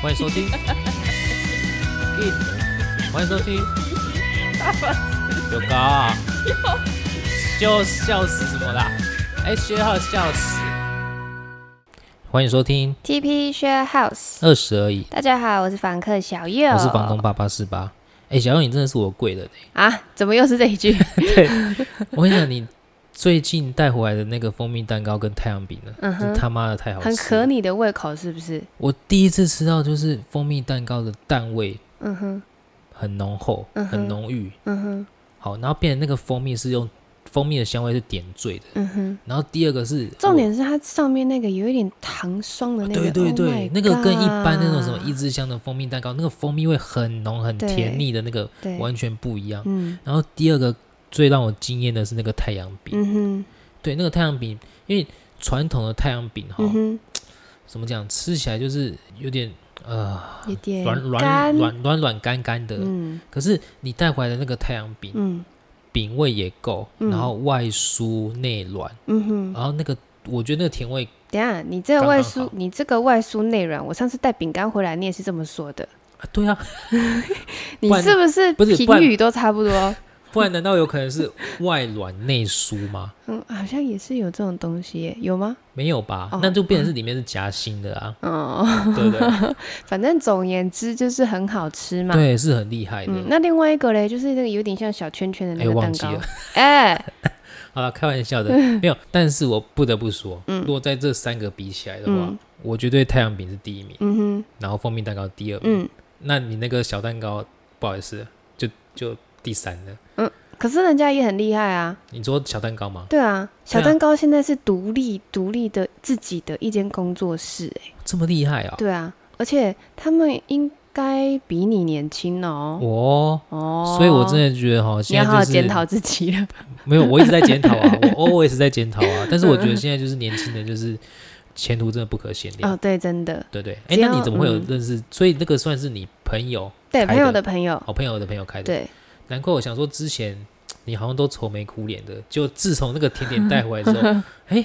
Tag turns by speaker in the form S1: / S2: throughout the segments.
S1: 欢迎收听。欢迎收听。有高啊！就笑死什么啦？哎，薛浩笑死。欢迎收听
S2: TP Share House。
S1: 二十而已，
S2: 大家好，我是房客小右，
S1: 我是房东八八四八。哎，小勇，你真的是我贵人欸
S2: 啊？怎么又是这一句？
S1: 我跟你讲，你最近带回来的那个蜂蜜蛋糕跟太阳饼呢，
S2: 嗯
S1: 真
S2: 哼，
S1: 他妈的太 好吃了，
S2: 很合你的胃口是不是？
S1: 我第一次吃到就是蜂蜜蛋糕的蛋味
S2: 嗯哼，
S1: 很浓厚，
S2: 嗯哼
S1: 很浓郁。
S2: 嗯哼，
S1: 好，然后变成那个蜂蜜是用蜂蜜的香味是点缀的。
S2: 嗯哼。
S1: 然后第二个是
S2: 重点是它上面那个有一点糖霜的
S1: 我，
S2: 那个，
S1: 哦对对对
S2: Oh my
S1: 那个跟一般那种什么
S2: God
S1: 一枝香的蜂蜜蛋糕，那个蜂蜜味很浓很
S2: 对
S1: 甜腻的那个
S2: 对，
S1: 完全不一样。
S2: 嗯
S1: 然后第二个最让我惊艳的是那个太阳饼，
S2: 嗯哼
S1: 对，那个太阳饼，因为传统的太阳饼哈，
S2: 嗯哼，
S1: 怎么讲，吃起来就是有点呃
S2: 有点
S1: 软软
S2: 干，
S1: 软软软干干的，
S2: 嗯
S1: 可是你带回来的那个太阳饼，
S2: 嗯
S1: 饼味也够，
S2: 嗯
S1: 然后外酥内软，
S2: 嗯哼。
S1: 然后那个我觉得那个甜味，
S2: 等一下，你这个外
S1: 刚
S2: 酥
S1: 刚，
S2: 你这个外酥内软，我上次带饼干回来，你也是这么说的，
S1: 啊对啊，
S2: 你
S1: 不然
S2: 是不是
S1: 不是不
S2: 评
S1: 然
S2: 语都差不多？
S1: 不然难道有可能是外软内酥吗？
S2: 嗯，好像也是有这种东西耶，有吗？
S1: 没有吧
S2: 哦？
S1: 那就变成是里面是夹心的啊，
S2: 哦，
S1: 对不对？
S2: 反正总言之就是很好吃嘛。
S1: 对，是很厉害的
S2: 嗯，。那另外一个嘞，就是那个有点像小圈圈的那
S1: 哎
S2: 个
S1: 忘
S2: 蛋
S1: 记
S2: 糕
S1: 了。
S2: 哎、
S1: 好了，开玩笑 的，没有。但是我不得不说，如果在这三个比起来的话
S2: 嗯，
S1: 我绝对太阳饼是第一名，
S2: 嗯哼，
S1: 然后蜂蜜蛋糕第二名。
S2: 嗯，
S1: 那你那个小蛋糕，不好意思，就就第三了。
S2: 可是人家也很厉害啊。
S1: 你说小蛋糕吗？
S2: 对啊，小
S1: 对啊
S2: 蛋糕现在是独立独立的自己的一间工作室、哎，
S1: 这么厉害啊！
S2: 对啊，而且他们应该比你年轻哦。
S1: 哦，
S2: 哦，
S1: 所以我真的觉得哈，
S2: 你
S1: 现
S2: 要
S1: 在
S2: 好好
S1: 就是哎
S2: 检讨自己了。
S1: 没有，我一直在检讨 啊，我 always 在检讨啊。但是我觉得现在就是年轻人，就是前途真的不可限量，
S2: 哦，对，真的，
S1: 对不对？哎，
S2: 只
S1: 那
S2: 要
S1: 你怎么会有
S2: 嗯
S1: 认识？所以那个算是你朋友
S2: 对
S1: 开
S2: 朋友
S1: 的
S2: 的朋友，
S1: 好朋友的朋友开的，
S2: 对，
S1: 难怪我想说之前你好像都愁眉苦脸的，就自从那个甜点带回来之 后，哎，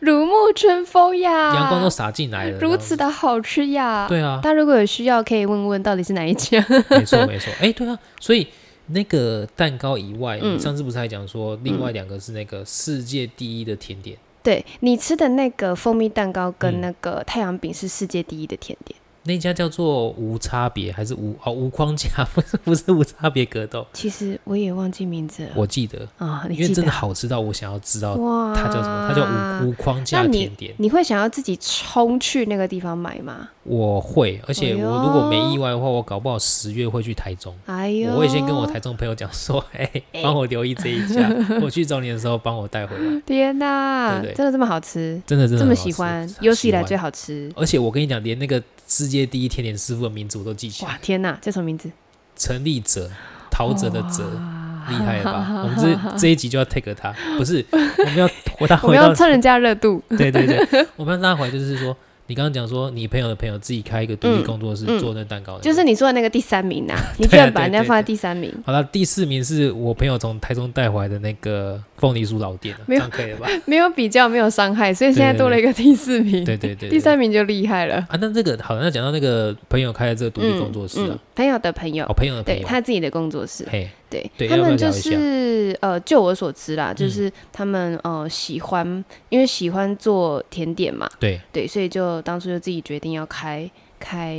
S2: 如沐春风呀，
S1: 阳光都洒进来了，
S2: 啊如此的好吃呀。
S1: 这样子。
S2: 大家如果有需要，可以问问到底是哪 一家。
S1: 对啊，啊没错没错，哎，对啊，所以。那个蛋糕以外，
S2: 嗯
S1: 你上次不是还讲说另外两个是那个世界第一的甜点？
S2: 对你吃的那个蜂蜜蛋糕
S1: 嗯
S2: 跟那个太阳饼是世界第一的甜点，
S1: 那家叫做无差别还是无哦无框架？不是不是无差别格斗，
S2: 其实我也忘记名字了
S1: 我记得，
S2: 啊、你
S1: 因为
S2: 记
S1: 真的
S2: 得
S1: 好吃到我想要知道
S2: 哇？
S1: 它叫什么，它叫无无框架
S2: 那你
S1: 甜点。
S2: 你会想要自己冲去那个地方买吗？
S1: 我会，而且
S2: 哎呦
S1: 我如果没意外的话，我搞不好十月会去台中。
S2: 哎呦，
S1: 我会先跟我台中朋友讲说， 哎、帮我留意这一 家，我去找你的时候帮我带回来。
S2: 天哪、
S1: 对对
S2: 真的这么好吃，
S1: 真的真的
S2: 这
S1: 很
S2: 么
S1: 好
S2: 喜
S1: 吃
S2: 欢
S1: 很，
S2: 有史以来
S1: 喜欢
S2: 最好吃。
S1: 而且我跟你讲，连那个世界第一甜点师傅的名字我都记起来
S2: 哇，，天哪，叫什么名字？
S1: 陈立哲，陶喆的哲。
S2: 哇
S1: 厉害了 吧？我们这这一集就要 take 他，不是我们要回到
S2: 我
S1: 回
S2: 们
S1: 到
S2: 要蹭人家热度。
S1: 对对对，我们要拉回来，就是说你刚刚讲说你朋友的朋友自己开一个独立
S2: 嗯
S1: 工作室
S2: 嗯
S1: 做那蛋糕的，
S2: 就是你说的那个第三名 啊，你居
S1: 对啊
S2: 然把人家
S1: 对对
S2: 放在第三名，
S1: 好了。第四名是我朋友从台中带回来的那个凤梨酥老店啊，
S2: 没有
S1: 这样可以了 吧？
S2: 没有比较，没有伤害，所以现在
S1: 对对对
S2: 多了一个第四名，
S1: 对对对，对
S2: 第三名就厉害了。
S1: 啊，那这个好，那讲到那个朋友开的这个独立工作室
S2: 嗯
S1: 啊
S2: 嗯，朋友的朋友，
S1: 哦，朋友的朋
S2: 对
S1: 友，
S2: 他自己的工作室，
S1: 嘿，
S2: 对
S1: 对
S2: 他
S1: 要不要
S2: 们就
S1: 聊一下嗯
S2: 是呃，就我所知啦，就是他们呃喜欢，因为喜欢做甜点嘛，
S1: 对，
S2: 对，所以就当初就自己决定要开开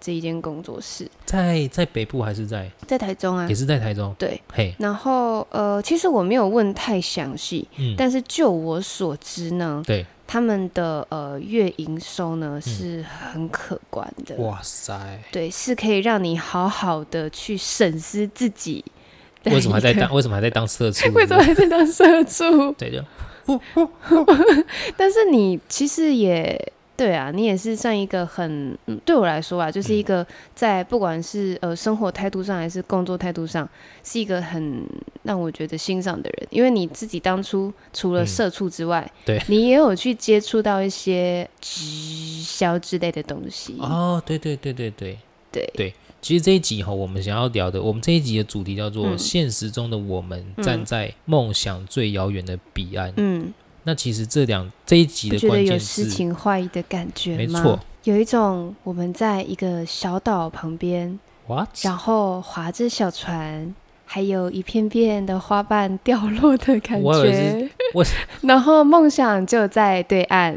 S2: 这一间工作室，
S1: 在在北部还是在
S2: 在台中啊
S1: 也，是在台中，
S2: 对。
S1: 嘿，
S2: 然后呃，其实我没有问太详细，
S1: 嗯，
S2: 但是就我所知呢，
S1: 对，
S2: 他们的呃月营收呢是很可观的，
S1: 嗯哇塞，
S2: 对，是可以让你好好的去审视自己的一个。
S1: 为什么还在 当？为什么还在当社畜？
S2: 为什么还在当社畜？
S1: 对的，
S2: 但是你其实也对啊，你也是算一个很，嗯对我来说啊，就是
S1: 嗯
S2: 一个在不管是呃生活态度上还是工作态度上，是一个很让我觉得欣赏的人。因为你自己当初除了
S1: 嗯
S2: 社畜之外，
S1: 对
S2: 你也有去接触到一些直销之类的东西。
S1: 哦，对对对对对
S2: 对
S1: 对。其实这一集哈，我们想要聊的，我们这一集的主题叫做“
S2: 嗯
S1: 现实中的我们
S2: 嗯
S1: 站在梦想最遥远的彼岸”
S2: 嗯，
S1: 那其实这两这一集
S2: 不
S1: 的
S2: 觉得
S1: 关键
S2: 有诗
S1: 字，
S2: 情画意的感觉吗？
S1: 没错，
S2: 有一种我们在一个小岛旁边，
S1: What？
S2: 然后划着小船，还有一片片的花瓣掉落的感
S1: 我以为
S2: 觉
S1: 是，我
S2: 然后梦想就在对岸，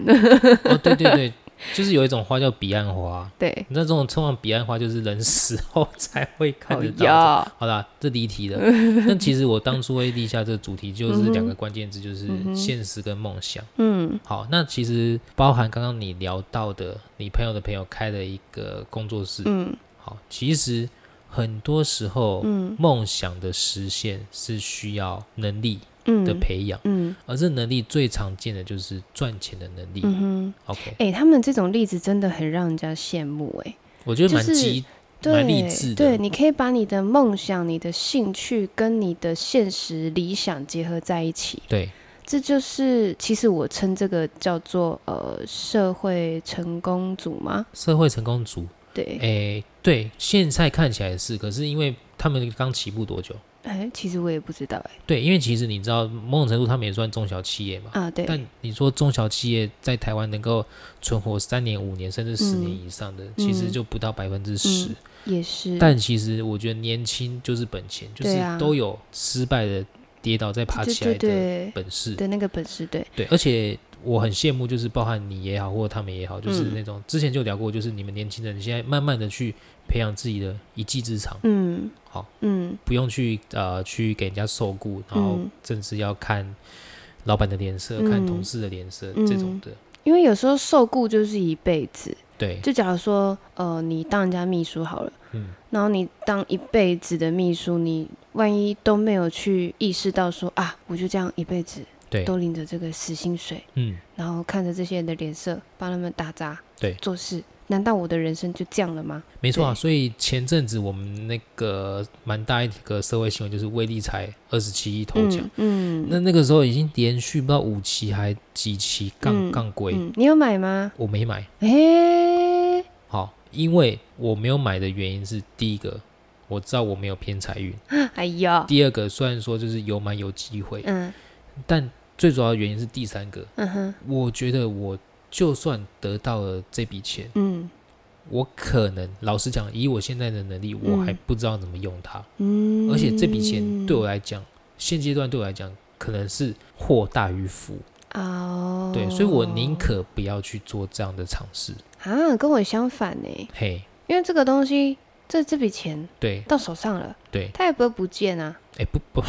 S1: 哦，对对对， 就是有一种花叫彼岸花，
S2: 对，
S1: 那这种通常彼岸花就是人死后才会 看
S2: 好
S1: 得到的。
S2: 呀，
S1: 好啦，这离题了。 但其实我当初会立下这个主题，就是两个关键字，就是现实跟梦想。
S2: 嗯
S1: 好，那其实包含刚刚你聊到的，你朋友的朋友开的一个工作室。
S2: 嗯
S1: 好，其实很多时候，
S2: 嗯
S1: 梦想的实现是需要能力的
S2: 嗯
S1: 培养，
S2: 嗯
S1: 而这能力最常见的就是赚钱的能力。
S2: 嗯哼，
S1: OK，
S2: 哎、他们这种例子真的很让人家羡慕哎、
S1: 我觉得蛮
S2: 就是
S1: 激，
S2: 对
S1: 蛮励志
S2: 对，
S1: 的。
S2: 你可以把你的梦想、你的兴趣跟你的现实理想结合在一起，
S1: 对，
S2: 这就是其实我称这个叫做呃社会成功组吗？
S1: 社会成功族，
S2: 对，哎、
S1: 诶、对，现在看起来是，可是因为他们刚起步多久？
S2: 哎其实我也不知道哎、
S1: 对，因为其实你知道，某种程度他们也算中小企业嘛。
S2: 啊，对，
S1: 但你说中小企业在台湾能够存活三年、五年甚至十年
S2: 嗯
S1: 以上的，其实
S2: 嗯
S1: 就不到百分之十。
S2: 嗯也是，
S1: 但其实我觉得年轻就是本钱，就
S2: 对
S1: 是
S2: 啊
S1: 都有失败的、跌倒再爬
S2: 对
S1: 起来
S2: 对
S1: 的
S2: 对
S1: 本事。
S2: 对的那个本事，对，
S1: 对，而且我很羡慕，就是包含你也好，或者他们也好，就是
S2: 嗯
S1: 那种、之前就聊过，就是你们年轻人现在慢慢的去培养自己的一技之长，
S2: 嗯，
S1: 好，
S2: 嗯
S1: 不用去呃去给人家受雇，然后
S2: 嗯
S1: 甚至要看老板的脸色，
S2: 嗯
S1: 看同事的脸色、这种的。
S2: 因为有时候受雇就是一辈子，
S1: 对，
S2: 就假如说，呃，你当人家秘书好了，
S1: 嗯
S2: 然后你当一辈子的秘书，你万一都没有去意识到说啊，我就这样一辈子
S1: 对，
S2: 都领着这个死薪水，
S1: 嗯，
S2: 然后看着这些人的脸色，帮他们打杂，
S1: 对
S2: 做事，难道我的人生就这样了吗？
S1: 没错啊。
S2: 对
S1: 所以前阵子我们那个蛮大一个社会新闻，就是威力才二十七亿头奖。
S2: 嗯嗯，
S1: 那那个时候已经连续不知道五期还几期杠
S2: 嗯
S1: 杠龟，
S2: 嗯，你有买吗？哎啊
S1: 我没买，
S2: 诶、
S1: 好，因为我没有买的原因是，第一个我知道我没有偏财运，
S2: 哎呀，
S1: 第二个虽然说就是有买有机会，
S2: 嗯
S1: 但最主要的原因是第三个，
S2: 嗯哼，
S1: 我觉得我就算得到了这笔钱，
S2: 嗯
S1: 我可能老实讲，以我现在的能力，我还
S2: 嗯
S1: 不知道怎么用它，
S2: 嗯，
S1: 而且这笔钱对我来讲，现阶段对我来讲可能是祸大于福，
S2: 哦，
S1: 对，所以我宁可不要去做这样的尝试，
S2: 啊，跟我相反呢，
S1: 嘿，
S2: 因为这个东西，这这笔钱
S1: 对
S2: 到手上了，
S1: 对。
S2: 它也不会不见啊。
S1: 哎、不不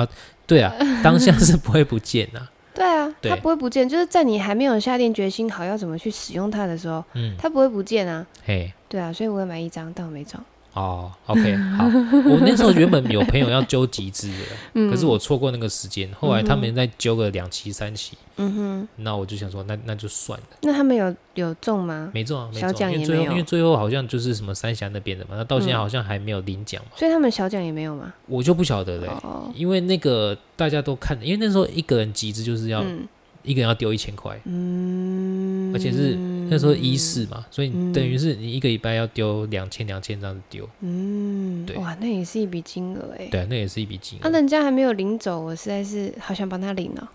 S1: 啊，对 啊，当下是不会不见啊。
S2: 对啊，
S1: 对
S2: 它不会不见，就是在你还没有下定决心好要怎么去使用它的时候，
S1: 嗯，
S2: 它不会不见啊。
S1: 嘿，
S2: 对啊，所以我也买一张，但我没中。
S1: 哦，OK，好。我那时候原本有朋友要揪集资的，
S2: 嗯
S1: 可是我错过那个时间，后来他们再揪个两期三期，
S2: 嗯哼，
S1: 那我就想说，那那就算了，
S2: 那他们有有中吗？
S1: 没中啊，没
S2: 小
S1: 中啊，
S2: 奖
S1: 因为
S2: 也
S1: 最后
S2: 没有
S1: 因为最后好像就是什么三峡那边的嘛，那到现在
S2: 嗯
S1: 好像还没有领奖嘛，
S2: 所以他们小奖也没有吗？
S1: 我就不晓得嘞、欸
S2: 哦，
S1: 因为那个大家都看，因为那时候一个人集资就是要、
S2: 嗯
S1: 一个人要丢一千块，
S2: 嗯
S1: 而且是那时候一四嘛，所以等于是你一个礼拜要丢两千两千这样子丢，
S2: 嗯
S1: 对，
S2: 哇，那也是一笔金额哎。
S1: 对啊，那也是一笔金
S2: 啊，
S1: 额。
S2: 人家还没有领走，我实在是好想帮他领哦。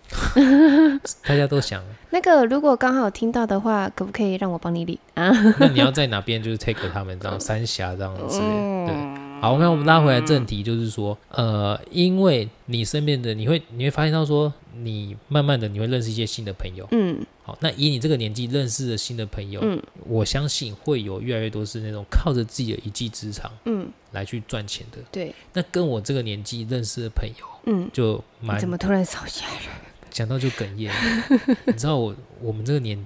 S1: 大家都想，啊
S2: 那个，如果刚好有听到的话，可不可以让我帮你领啊？
S1: 那你要在哪边就是 take 他们这样三峡这样之类的。
S2: 嗯
S1: 对，好，那我们拉回来正题，就是说，呃，因为你身边的你会你会发现到说，你慢慢的你会认识一些新的朋友。
S2: 嗯
S1: 好，那以你这个年纪认识的新的朋友，
S2: 嗯
S1: 我相信会有越来越多是那种靠着自己的一技之长
S2: 嗯，
S1: 来去赚钱的。
S2: 对，
S1: 那跟我这个年纪认识的朋友
S2: 嗯，
S1: 就
S2: 你
S1: 蛮
S2: 怎么突然扫下来？
S1: 讲到就哽咽了， 你知道我我们这个年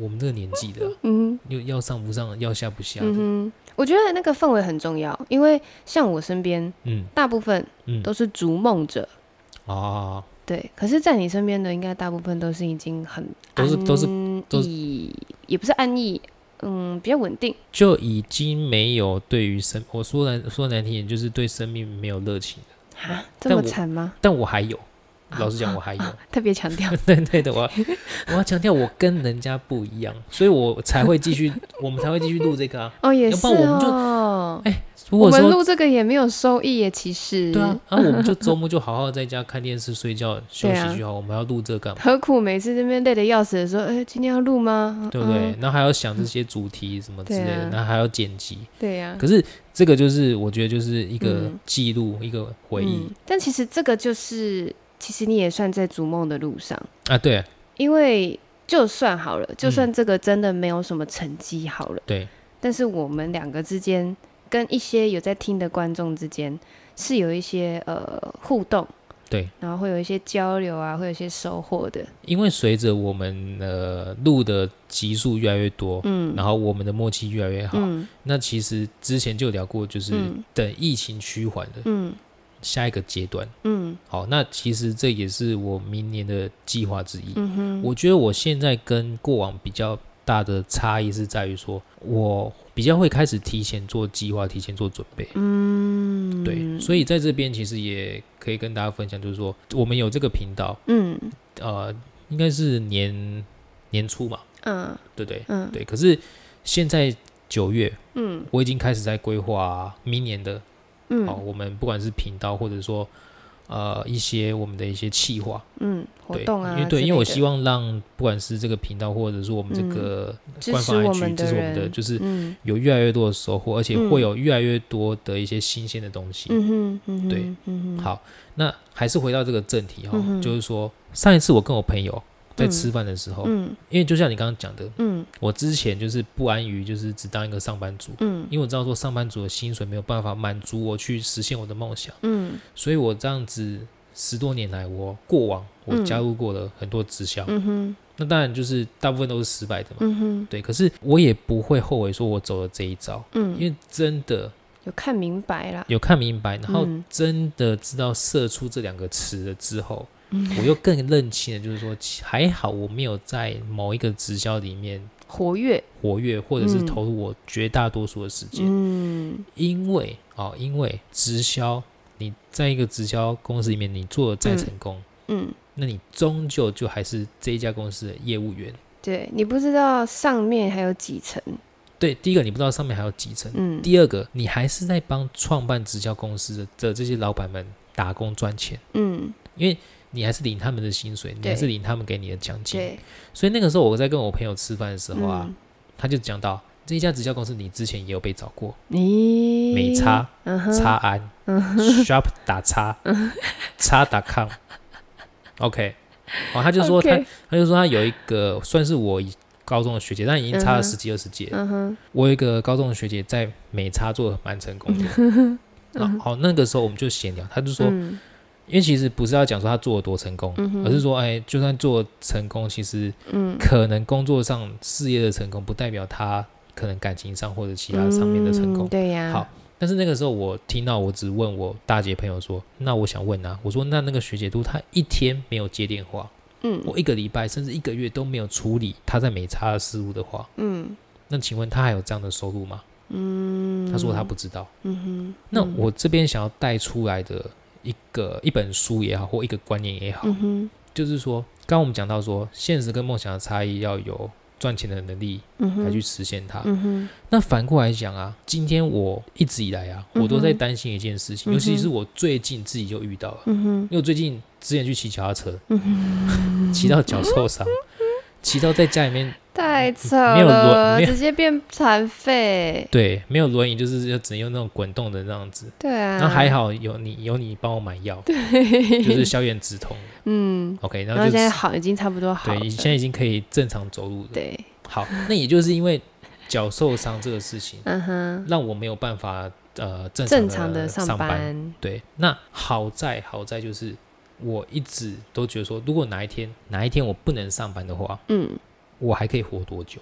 S1: 我们这个年纪的啊，
S2: 嗯
S1: 又要上不上，要下不下的，嗯
S2: 嗯哼，我觉得那个氛围很重要，因为像我身边
S1: 嗯
S2: 大部分都是逐梦者，
S1: 哦，
S2: 对，可是，在你身边的应该大部分都是已经很
S1: 都是都是
S2: 安
S1: 都
S2: 逸，也不是安逸，嗯，比较稳定，
S1: 就已经没有对于生，我说难说难听点，就是对生命没有热情了。
S2: 啊，这
S1: 但
S2: 么
S1: 我
S2: 惨吗？
S1: 但我还有，老实讲， 我还有，
S2: 特别强调，
S1: 对对的，我要我要强调，我跟人家不一样，所以我才会继 续，我们才会继续录这个啊。
S2: 哦，也
S1: 要
S2: 是
S1: 不然我们就
S2: 哦。
S1: 哎如
S2: 我
S1: 果
S2: 们
S1: 说
S2: 录这个也没有收益耶，其实。
S1: 对啊，啊，我们就周末就好好在家看电视、睡觉、休
S2: 对啊
S1: 息就好。我们要录这干嘛？
S2: 何苦每次这边累得要死的说，哎，今天要录吗？
S1: 对不对
S2: 嗯？
S1: 然后还要想这些主题什么之类
S2: 对
S1: 的
S2: 啊，
S1: 然后还要剪辑。
S2: 对呀。
S1: 可是这个就是我觉得就是一个
S2: 嗯
S1: 记录，一个回忆
S2: 嗯。但其实这个就是，其实你也算在逐梦的路上，
S1: 啊。对
S2: 因为就算好
S1: 嗯
S2: 了，就算这个真的没有什么成绩好了，
S1: 对，
S2: 但是我们两个之间，跟一些有在听的观众之间，是有一些呃互动，
S1: 对，
S2: 然后会有一些交流啊，会有一些收获的，
S1: 因为随着我们呃录的集数越来越多，
S2: 嗯
S1: 然后我们的默契越来越好。
S2: 嗯
S1: 那其实之前就聊过，就是
S2: 嗯
S1: 等疫情趋缓的
S2: 嗯
S1: 下一个阶段。
S2: 嗯
S1: 好，那其实这也是我明年的计划之一。
S2: 嗯哼，
S1: 我觉得我现在跟过往比较大的差异是在于说，我比较会开始提前做计划，提前做准备。
S2: 嗯
S1: 对，所以在这边其实也可以跟大家分享，就是说我们有这个频道，
S2: 嗯
S1: 呃，应该是年年初嘛，
S2: 嗯
S1: 对不对？
S2: 嗯
S1: 对，可是现在九月，
S2: 嗯
S1: 我已经开始在规划明年的，
S2: 嗯
S1: 哦，我们不管是频道或者说呃一些我们的一些企划，
S2: 嗯活
S1: 对，
S2: 动啊之类的，嗯
S1: 因为对，因为我希望让不管是这个频道或者是我们这个
S2: 支
S1: 官
S2: 持
S1: 方
S2: 我
S1: IG
S2: 们
S1: 支
S2: 的
S1: 持我们的，
S2: 人
S1: 就是
S2: 嗯
S1: 有越来越多的收获，而且
S2: 嗯
S1: 会有越来越多的一些新鲜的东西。
S2: 嗯哼嗯哼
S1: 对
S2: 嗯哼
S1: 好，那还是回到这个正题哈、
S2: 嗯哼
S1: 就是说上一次我跟我朋友在
S2: 嗯
S1: 吃饭的时候，
S2: 嗯
S1: 因为就像你刚刚讲的，
S2: 嗯
S1: 我之前就是不安于就是只当一个上班族，
S2: 嗯
S1: 因为我知道说上班族的薪水没有办法满足我去实现我的梦想，
S2: 嗯
S1: 所以我这样子十多年来，我过往我
S2: 嗯
S1: 加入过了很多直销，
S2: 嗯哼
S1: 那当然就是大部分都是失败的嘛。
S2: 嗯哼
S1: 对，可是我也不会后悔说我走了这一招，因
S2: 嗯，
S1: 为真的
S2: 有看明白啦，
S1: 有看明白，然后
S2: 嗯
S1: 真的知道“射出”这两个词了之后，
S2: 嗯
S1: 我又更认清了，就是说还好我没有在某一个直销里面
S2: 活跃，
S1: 活跃，或者是
S2: 嗯
S1: 投入我绝大多数的时间，
S2: 嗯
S1: 因为哦，因为直销，你在一个直销公司里面，你做的再
S2: 嗯
S1: 成功，
S2: 嗯，
S1: 那你终究就还是这一家公司的业务员。
S2: 对你不知道上面还有几层，
S1: 对，第一个你不知道上面还有几层，
S2: 嗯
S1: 第二个你还是在帮创办直销公司的的这些老板们打工赚钱，
S2: 嗯，
S1: 因为你还是领他们的薪水，你还是领他们给你的奖金。
S2: 对，
S1: 所以那个时候我在跟我朋友吃饭的时候啊，
S2: 嗯，
S1: 他就讲到这一家直销公司，你之前也有被找过，
S2: 你
S1: 美差、
S2: 嗯哼
S1: 差安、shop 打叉、叉打 com。OK，哦，他就说他
S2: OK，
S1: 他就说他有一个算是我以高中的学姐，但已经差
S2: 嗯
S1: 了
S2: 哼
S1: 十几二十届了。
S2: 嗯哼
S1: 我有一个高中的学姐在美差做的蛮成功的。那好，那个时候我们就闲聊，他就说，
S2: 嗯
S1: 因为其实不是要讲说他做的多成功，
S2: 嗯哼
S1: 而是说，哎，就算做成功，其实
S2: 嗯
S1: 可能工作上事业的成功，不代表他可能感情上或者其他上面的成功
S2: 嗯。对呀，
S1: 好，但是那个时候我听到，我只问我大姐朋友说，那我想问啊，我说那那个学姐都她一天没有接电话，
S2: 嗯
S1: 我一个礼拜甚至一个月都没有处理她在美差的事务的话，
S2: 嗯
S1: 那请问她还有这样的收入吗？
S2: 嗯，
S1: 她说她不知道。
S2: 嗯哼，
S1: 那
S2: 嗯
S1: 我这边想要带出来的一个一本书也好，或一个观念也好，
S2: 嗯哼
S1: 就是说，刚刚我们讲到说，现实跟梦想的差异要有赚钱的能力
S2: 嗯哼
S1: 来去实现它。
S2: 嗯哼
S1: 那反过来讲啊，今天我一直以来啊，我都在
S2: 嗯哼
S1: 担心一件事情，
S2: 嗯哼
S1: 尤其是我最近自己就遇到了，
S2: 嗯哼
S1: 因为我最近之前去骑脚踏车，
S2: 嗯哼，
S1: 骑到脚受伤，骑到在家里面
S2: 太扯
S1: 没有轮
S2: 了，
S1: 没有
S2: 直接变残废。
S1: 对没有轮椅，就是就只能用那种滚动的那样子。
S2: 对啊，
S1: 那 还好有你有你帮我买药，就是消炎止痛。
S2: 嗯，
S1: OK，然
S2: 然
S1: 后
S2: 后
S1: 就
S2: 现在
S1: 是
S2: 好已经差不多好
S1: 对，
S2: 了。
S1: 现在已经可以正常走路了。
S2: 对，
S1: 好，那也就是因为脚受伤这个事情，
S2: 嗯哼，
S1: 让我没有办法呃正
S2: 正
S1: 常
S2: 常
S1: 的
S2: 的
S1: 上班。
S2: 班，
S1: 对，那好在好在就是我一直都觉得说，如果哪一天哪一天我不能上班的话，
S2: 嗯，
S1: 我还可以活多 久？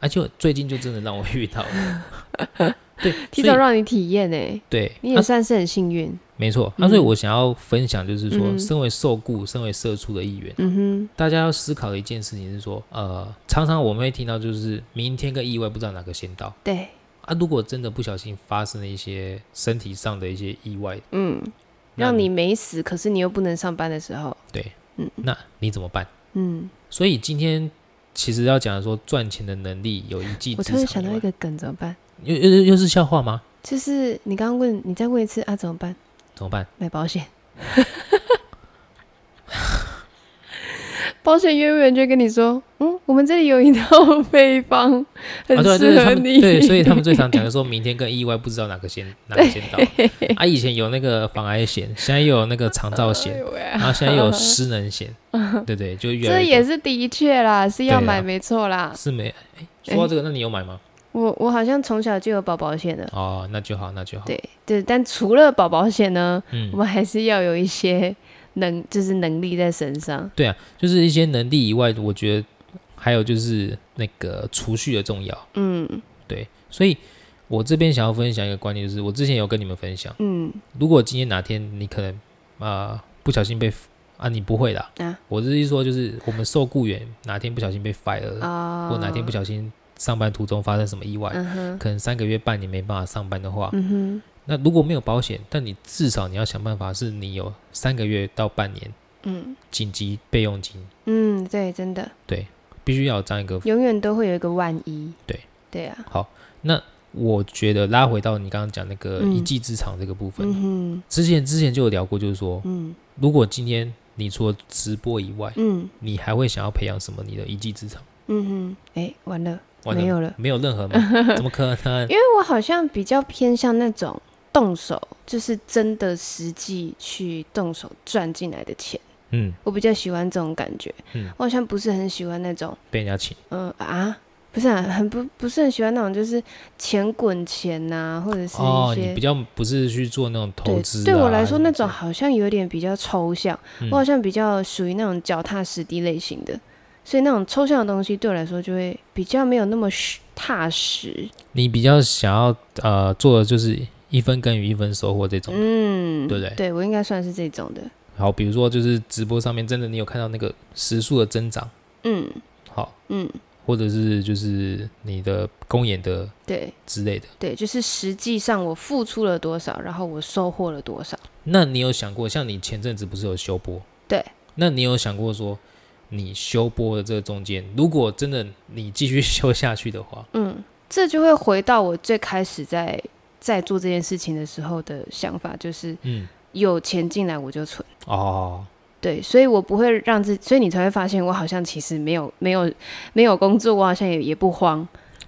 S1: 而且我最近就真的让我遇到了， 对，
S2: 提
S1: 所
S2: 早
S1: 以
S2: 让你体验诶，
S1: 对，
S2: 你
S1: 啊
S2: 也算是很幸运。
S1: 没错。那、
S2: 嗯
S1: 所以我想要分享就是说，
S2: 嗯
S1: 身为受雇、身为社畜的一员，
S2: 嗯
S1: 大家要思考的一件事情是说，呃，常常我们会听到就是明天跟意外不知道哪个先到
S2: 哼，对，
S1: 啊。如果真的不小心发生了一些身体上的一些意外，
S2: 嗯让你没死，可是你又不能上班的时候，
S1: 对，
S2: 嗯
S1: 那你怎么办？
S2: 嗯，
S1: 所以今天其实要讲的说赚钱的能力有一技
S2: 我
S1: 之长
S2: 突
S1: 以外。
S2: 然想到一个梗，怎么办？
S1: 又又又又是笑话吗？
S2: 就是你刚刚问，你再问一次啊，怎么办？
S1: 怎么办？
S2: 买 保险。保险业务员就跟你说，嗯，我们这里有一套配方，很
S1: 啊，对啊，就
S2: 适
S1: 是他
S2: 合
S1: 们
S2: 你、
S1: 对， 所以他们最常讲的说，明天跟意外不知道哪个先哪个先到。啊，以前有那个防癌险，现在又有那个肠道
S2: 哎
S1: 险，
S2: 呦喂
S1: 然后现在又有失能 险，对对，就越
S2: 这
S1: 来越
S2: 也是的确啦，是要
S1: 对啊
S2: 买没错啦
S1: 多。是没。哎，说到这个，那你有买吗？
S2: 我我好像从小就有保保险的，
S1: 哦，那就好，那就好。
S2: 对对，但除了保保险呢，
S1: 嗯
S2: 我，们还是要有一些能，就是能力在身上。
S1: 对啊，就是一些能力以外，我觉得还有就是那个储蓄的重要。
S2: 嗯
S1: 对，所以我这边想要分享一个观念，就是我之前有跟你们分享，
S2: 嗯，
S1: 如果今天哪天你可能啊、呃不小心被 f- 啊，你不会啦。
S2: 啊
S1: 我是说，就是我们受雇员哪天不小心被 fire，、了，
S2: 啊，
S1: 或哪天不小心上班途中发生什么意外，
S2: 嗯哼，
S1: 可能三个月半年没办法上班的话，
S2: 嗯哼，
S1: 那如果没有保险，但你至少你要想办法，是你有三个月到半年
S2: 嗯
S1: 紧急备用金，
S2: 嗯，对，真的，
S1: 必须要有这样一个。
S2: 永远都会有一个万一。
S1: 对
S2: 对啊，
S1: 我觉得拉回到你刚刚讲那个
S2: 嗯
S1: 一技之长这个部分，
S2: 嗯哼，
S1: 之前之前就有聊过，就是说，
S2: 嗯
S1: 如果今天你除了直播以外，
S2: 嗯
S1: 你还会想要培养什么你的一技之长？
S2: 嗯哼，哎，完了，
S1: 完
S2: 没有了，
S1: 没有任何 吗？怎么可能？
S2: 因为我好像比较偏向那种动手，就是真的实际去动手赚进来的钱。
S1: 嗯，
S2: 我比较喜欢这种感觉，
S1: 嗯
S2: 我好像不是很喜欢那种，
S1: 被人家请，
S2: 嗯、啊，不是、啊、很不不是很喜欢那种，就是钱滚钱呐、或者是
S1: 哦，
S2: 一
S1: 你
S2: 些、
S1: 比较不是去做那种投
S2: 对
S1: 资啊、
S2: 对我来说
S1: 什么
S2: 那
S1: 之类
S2: 种好像有点比较抽象，
S1: 嗯
S2: 我好像比较属于那种脚踏实地类型的，所以那种抽象的东西对我来说就会比较没有那么实踏实，
S1: 你比较想要呃做的就是一分耕耘一分收获这种。
S2: 嗯，
S1: 哦对不对
S2: 我应该算是这种的，
S1: 好，比如说就是直播上面真的你有看到那个时速的增长，
S2: 嗯
S1: 好，
S2: 嗯，
S1: 或者是就是你的公演的
S2: 对
S1: 之类的。
S2: 对，就是实际上我付出了多少，然后我收获了多少，
S1: 那你有想过，像你前阵子不是有修播？
S2: 对。
S1: 那你有想过说，你修播的这个中间，如果真的你继续修下去的 话，
S2: 嗯，这就会回到我最开始在在做这件事情的时候的想法，就是
S1: 嗯，
S2: 有钱进来我就存。
S1: 哦，
S2: 对，所以我不会让自，所以你才会发现我好像其实没有没有没有工作，我好像也也不慌。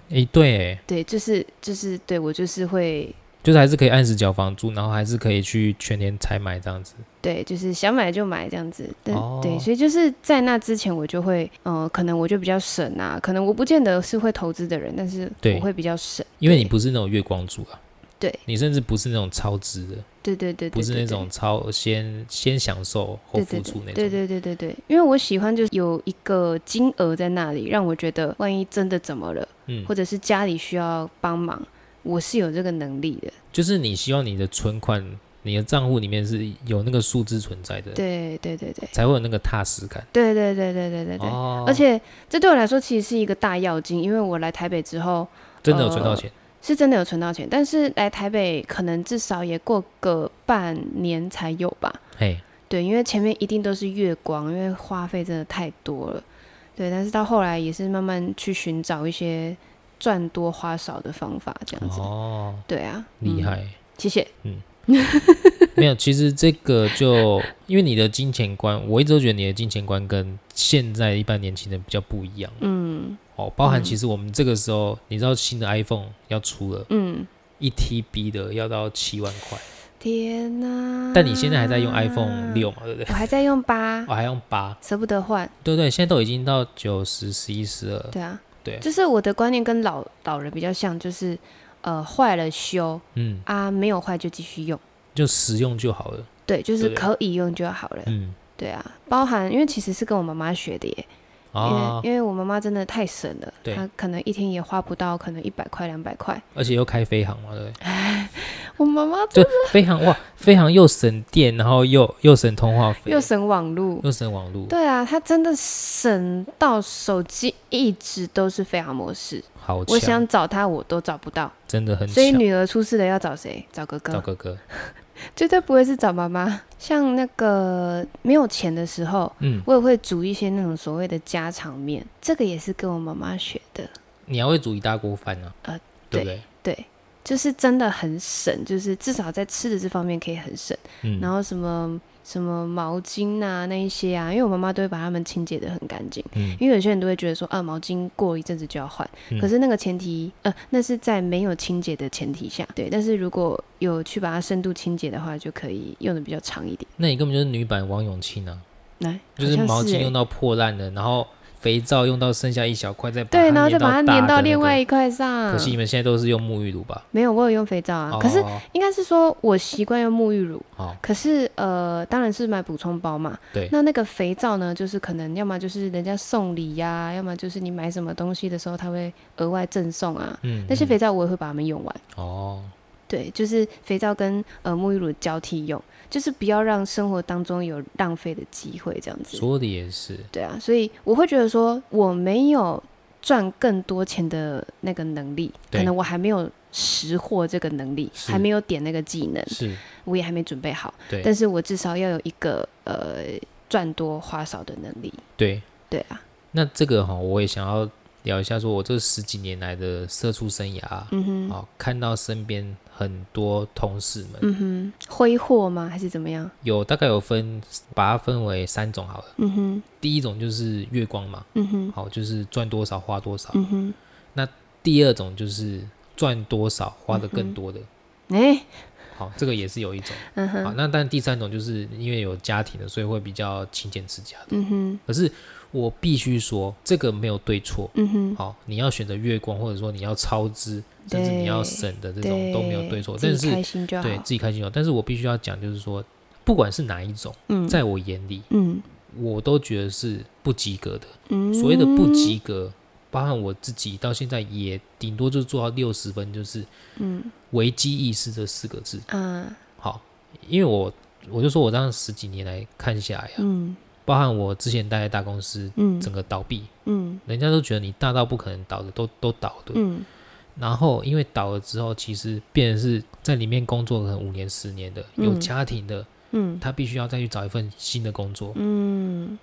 S1: 诶，对，
S2: 对，就是就是对我就是会
S1: 就是还是可以按时缴房租，然后还是可以去全年采买这样子。
S2: 对，就是想买就买这样子。对、
S1: 哦
S2: 对，所以就是在那之前我就会，呃，可能我就比较省啊，可能我不见得是会投资的人，但是
S1: 对
S2: 我会比较省，
S1: 因为你
S2: 对
S1: 不是那种月光族啊，
S2: 对
S1: 你甚至不是那种超值的，
S2: 对对对对，
S1: 不是
S2: 对
S1: 那
S2: 对
S1: 种超先先享受后
S2: 对
S1: 付
S2: 对
S1: 出那种。
S2: 对对对对对，因为我喜欢就是有一个金额在那里，让我觉得万一真的怎么了，
S1: 嗯
S2: 或，者是家里需要帮忙，我是有这个能力的。
S1: 就是你希望你的存款、你的账户里面是有那个数字存在的，
S2: 对对对对
S1: 才会有那个踏实感。
S2: 对对对对对对对。
S1: 哦，
S2: 而且这对我来说其实是一个大要金，因为我来台北之后
S1: 真的有存到
S2: 呃
S1: 钱。
S2: 是真的有存到钱，但是来台北可能至少也过个半年才有吧。
S1: 嘿，
S2: 对，因为前面一定都是月光，因为花费真的太多了。对，但是到后来也是慢慢去寻找一些赚多花少的方法，这样子。
S1: 哦，
S2: 对啊，
S1: 厉
S2: 嗯
S1: 害。
S2: 谢谢。
S1: 没有，其实这个就因为你的金钱观，我一直都觉得你的金钱观跟现在一般年轻人比较不一样
S2: 嗯
S1: 哦。包含
S2: 嗯
S1: 其实我们这个时候，你知道新的 iPhone 要出了，
S2: 嗯，
S1: 一 TB 的要到七万块，
S2: 啊天哪！
S1: 但你现在还在用 iPhone 六，嘛，对不对？
S2: 我还在 用八，
S1: 我还用八，
S2: 舍不得换。
S1: 对不对？现在都已经到九十、十一、十二，
S2: 对啊，
S1: 对
S2: 就是我的观念跟老老人比较像，就是呃坏了修
S1: 嗯，
S2: 啊，没有坏就继续用。
S1: 就实用就好了，
S2: 对，就是
S1: 对
S2: 可以用就好了。
S1: 嗯
S2: 对啊，包含因为其实是跟我妈妈学的耶，
S1: 啊
S2: 因，为因为我妈妈真的太省了，
S1: 对
S2: 她可能一天也花不到可能一百块两百块。
S1: 而且又开飞航嘛，对不对？
S2: 我妈妈
S1: 就飞航哇，飞航又省电，然后又又省通话费，
S2: 又省网路，
S1: 又省网络，
S2: 对啊，她真的省到手机一直都是飞航模式，
S1: 好
S2: 我
S1: 强
S2: 想，找她我都找不到，
S1: 真的很
S2: 所以
S1: 强。
S2: 女儿出事了要找谁？找哥
S1: 找
S2: 哥。
S1: 哥哥，
S2: 绝对不会是找妈妈。像那个没有钱的时候，
S1: 嗯，
S2: 我也会煮一些那种所谓的家常面，这个也是跟我妈妈学的。
S1: 你还会煮一大锅饭呢，
S2: 呃，
S1: 对不对？
S2: 对，就是真的很省，就是至少在吃的这方面可以很省。
S1: 嗯，
S2: 然后什么什么毛巾啊那一些啊，因为我妈妈都会把它们清洁的很干净。
S1: 嗯
S2: 因为有些人都会觉得说啊，毛巾过一阵子就要换，
S1: 嗯
S2: 可是那个前提，呃，那是在没有清洁的前提下，对。但是如果有去把它深度清洁的话，就可以用的比较长一点。
S1: 那你根本就是女版王永庆啊，
S2: 来，
S1: 就是
S2: 好像
S1: 毛
S2: 是
S1: 巾
S2: 欸
S1: 用到破烂了，然后肥皂用到剩下一小块，再把
S2: 对，然后再
S1: 粘
S2: 把它
S1: 大
S2: 粘
S1: 的
S2: 到
S1: 那
S2: 另
S1: 个
S2: 外一块上。
S1: 可惜你们现在都是用沐浴乳吧？
S2: 没有，我有用肥皂啊，
S1: 哦
S2: 可是应该是说我习惯用沐浴乳，
S1: 好，
S2: 可是呃，当然是买补充包嘛。
S1: 对
S2: 那那个肥皂呢，就是可能要么就是人家送礼呀、要么就是你买什么东西的时候，他会额外赠送啊。
S1: 嗯，
S2: 那些
S1: 嗯
S2: 肥皂我也会把它们用完。
S1: 哦，
S2: 对，就是肥皂跟呃沐浴乳交替用，就是不要让生活当中有浪费的机会，这样子。
S1: 说的也是，
S2: 对啊，所以我会觉得说，我没有赚更多钱的那个能力，
S1: 对
S2: 可能我还没有识货这个能力，
S1: 是
S2: 还没有点那个技能，
S1: 是
S2: 我也还没准备好。
S1: 对
S2: 嗯但是我至少要有一个呃赚多花少的能力。
S1: 对。
S2: 对啊，
S1: 那这个哈，我也想要聊一下，说我这十几年来的社畜生涯啊，
S2: 嗯哼，
S1: 哦，看到身边很多同事们，
S2: 嗯哼，挥霍吗？还是怎么样？
S1: 有大概有分，把它分为三种好了。
S2: 嗯哼，
S1: 第一种就是月光嘛，
S2: 嗯哼，
S1: 好，就是赚多少花多少；
S2: 嗯哼，
S1: 第二种就是赚多少花
S2: 嗯
S1: 的更多的，
S2: 哎、
S1: 好，这个也是有一种。
S2: 嗯
S1: 好，
S2: 哼，
S1: 那但第三种就是因为有家庭的，所以会比较勤俭持家的。
S2: 嗯哼，
S1: 可是我必须说，这个没有对错。
S2: 嗯哼，
S1: 好，你要选择月光，或者说你要超支，甚至你要
S2: 对
S1: 省的这
S2: 对，
S1: 种都没有对错，
S2: 自
S1: 但
S2: 己
S1: 是
S2: 开心就好。
S1: 对自己开心就好。但是我必须要讲，就是说，不管是哪一种，
S2: 嗯，
S1: 在我眼里，
S2: 嗯
S1: 我都觉得是不及格的。
S2: 嗯，
S1: 所谓的不及格，包含我自己到现在也顶多就做到六十分，就是
S2: 嗯
S1: 危机意识这四个字。
S2: 啊，
S1: 好，因为我我就说我当十几年来看下来啊，
S2: 嗯
S1: 包含我之前待在大公司，
S2: 嗯
S1: 整个倒闭，
S2: 嗯
S1: 人家都觉得你大到不可能倒的，都都倒的。
S2: 嗯
S1: 然后因为倒了之后，其实变成是在里面工作可能五年、十年的，
S2: 嗯
S1: 有家庭的，
S2: 嗯
S1: 他必须要再去找一份新的工作。
S2: 嗯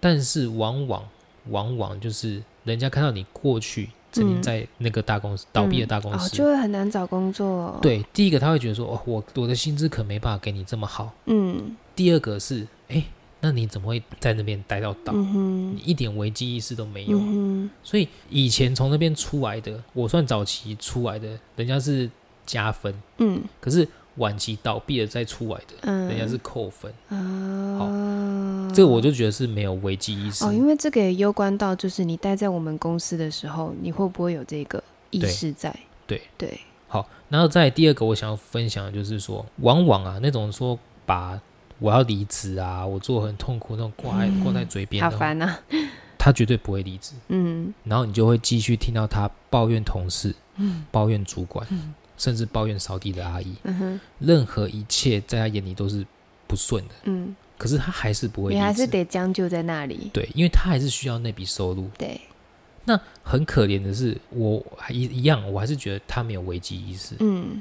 S1: 但是往往往往就是人家看到你过去曾经
S2: 嗯
S1: 在那个大公司、倒闭的大公
S2: 哦，
S1: 司，
S2: 就会很难找工作。，
S1: 对，第一个他会觉得说，哦，我我的薪资可没办法给你这么好。
S2: 嗯
S1: 第二个是，哎，那你怎么会在那边待到倒？
S2: 嗯哼
S1: 你，一点危机意识都没有啊。
S2: 嗯哼，
S1: 所以以前从那边出来的，我算早期出来的，人家是加分，
S2: 嗯
S1: 可是晚期倒闭了再出来的，
S2: 嗯，
S1: 人家是扣分。
S2: 啊，
S1: 这个我就觉得是没有危机意识。
S2: 哦，因为这个也攸关到，就是你待在我们公司的时候，你会不会有这个意
S1: 对
S2: 识在？
S1: 对
S2: 对，
S1: 好，然后再来第二个我想要分享的就是说，往往啊那种说把我要离职啊，我做很痛苦那种挂在、挂在嘴边
S2: 好
S1: 的话，
S2: 烦啊，
S1: 他绝对不会离职。
S2: 嗯
S1: 然后你就会继续听到他抱怨同事、
S2: 嗯
S1: 抱怨主管，
S2: 嗯
S1: 甚至抱怨扫地的阿姨，
S2: 嗯哼
S1: 任何一切在他眼里都是不顺的。
S2: 嗯，
S1: 可是他还是不会离
S2: 你
S1: 职，
S2: 还是得将就在那里。
S1: 对，因为他还是需要那笔收入。
S2: 对，
S1: 那很可怜的是，我还一一样，我还是觉得他没有危机意识。
S2: 嗯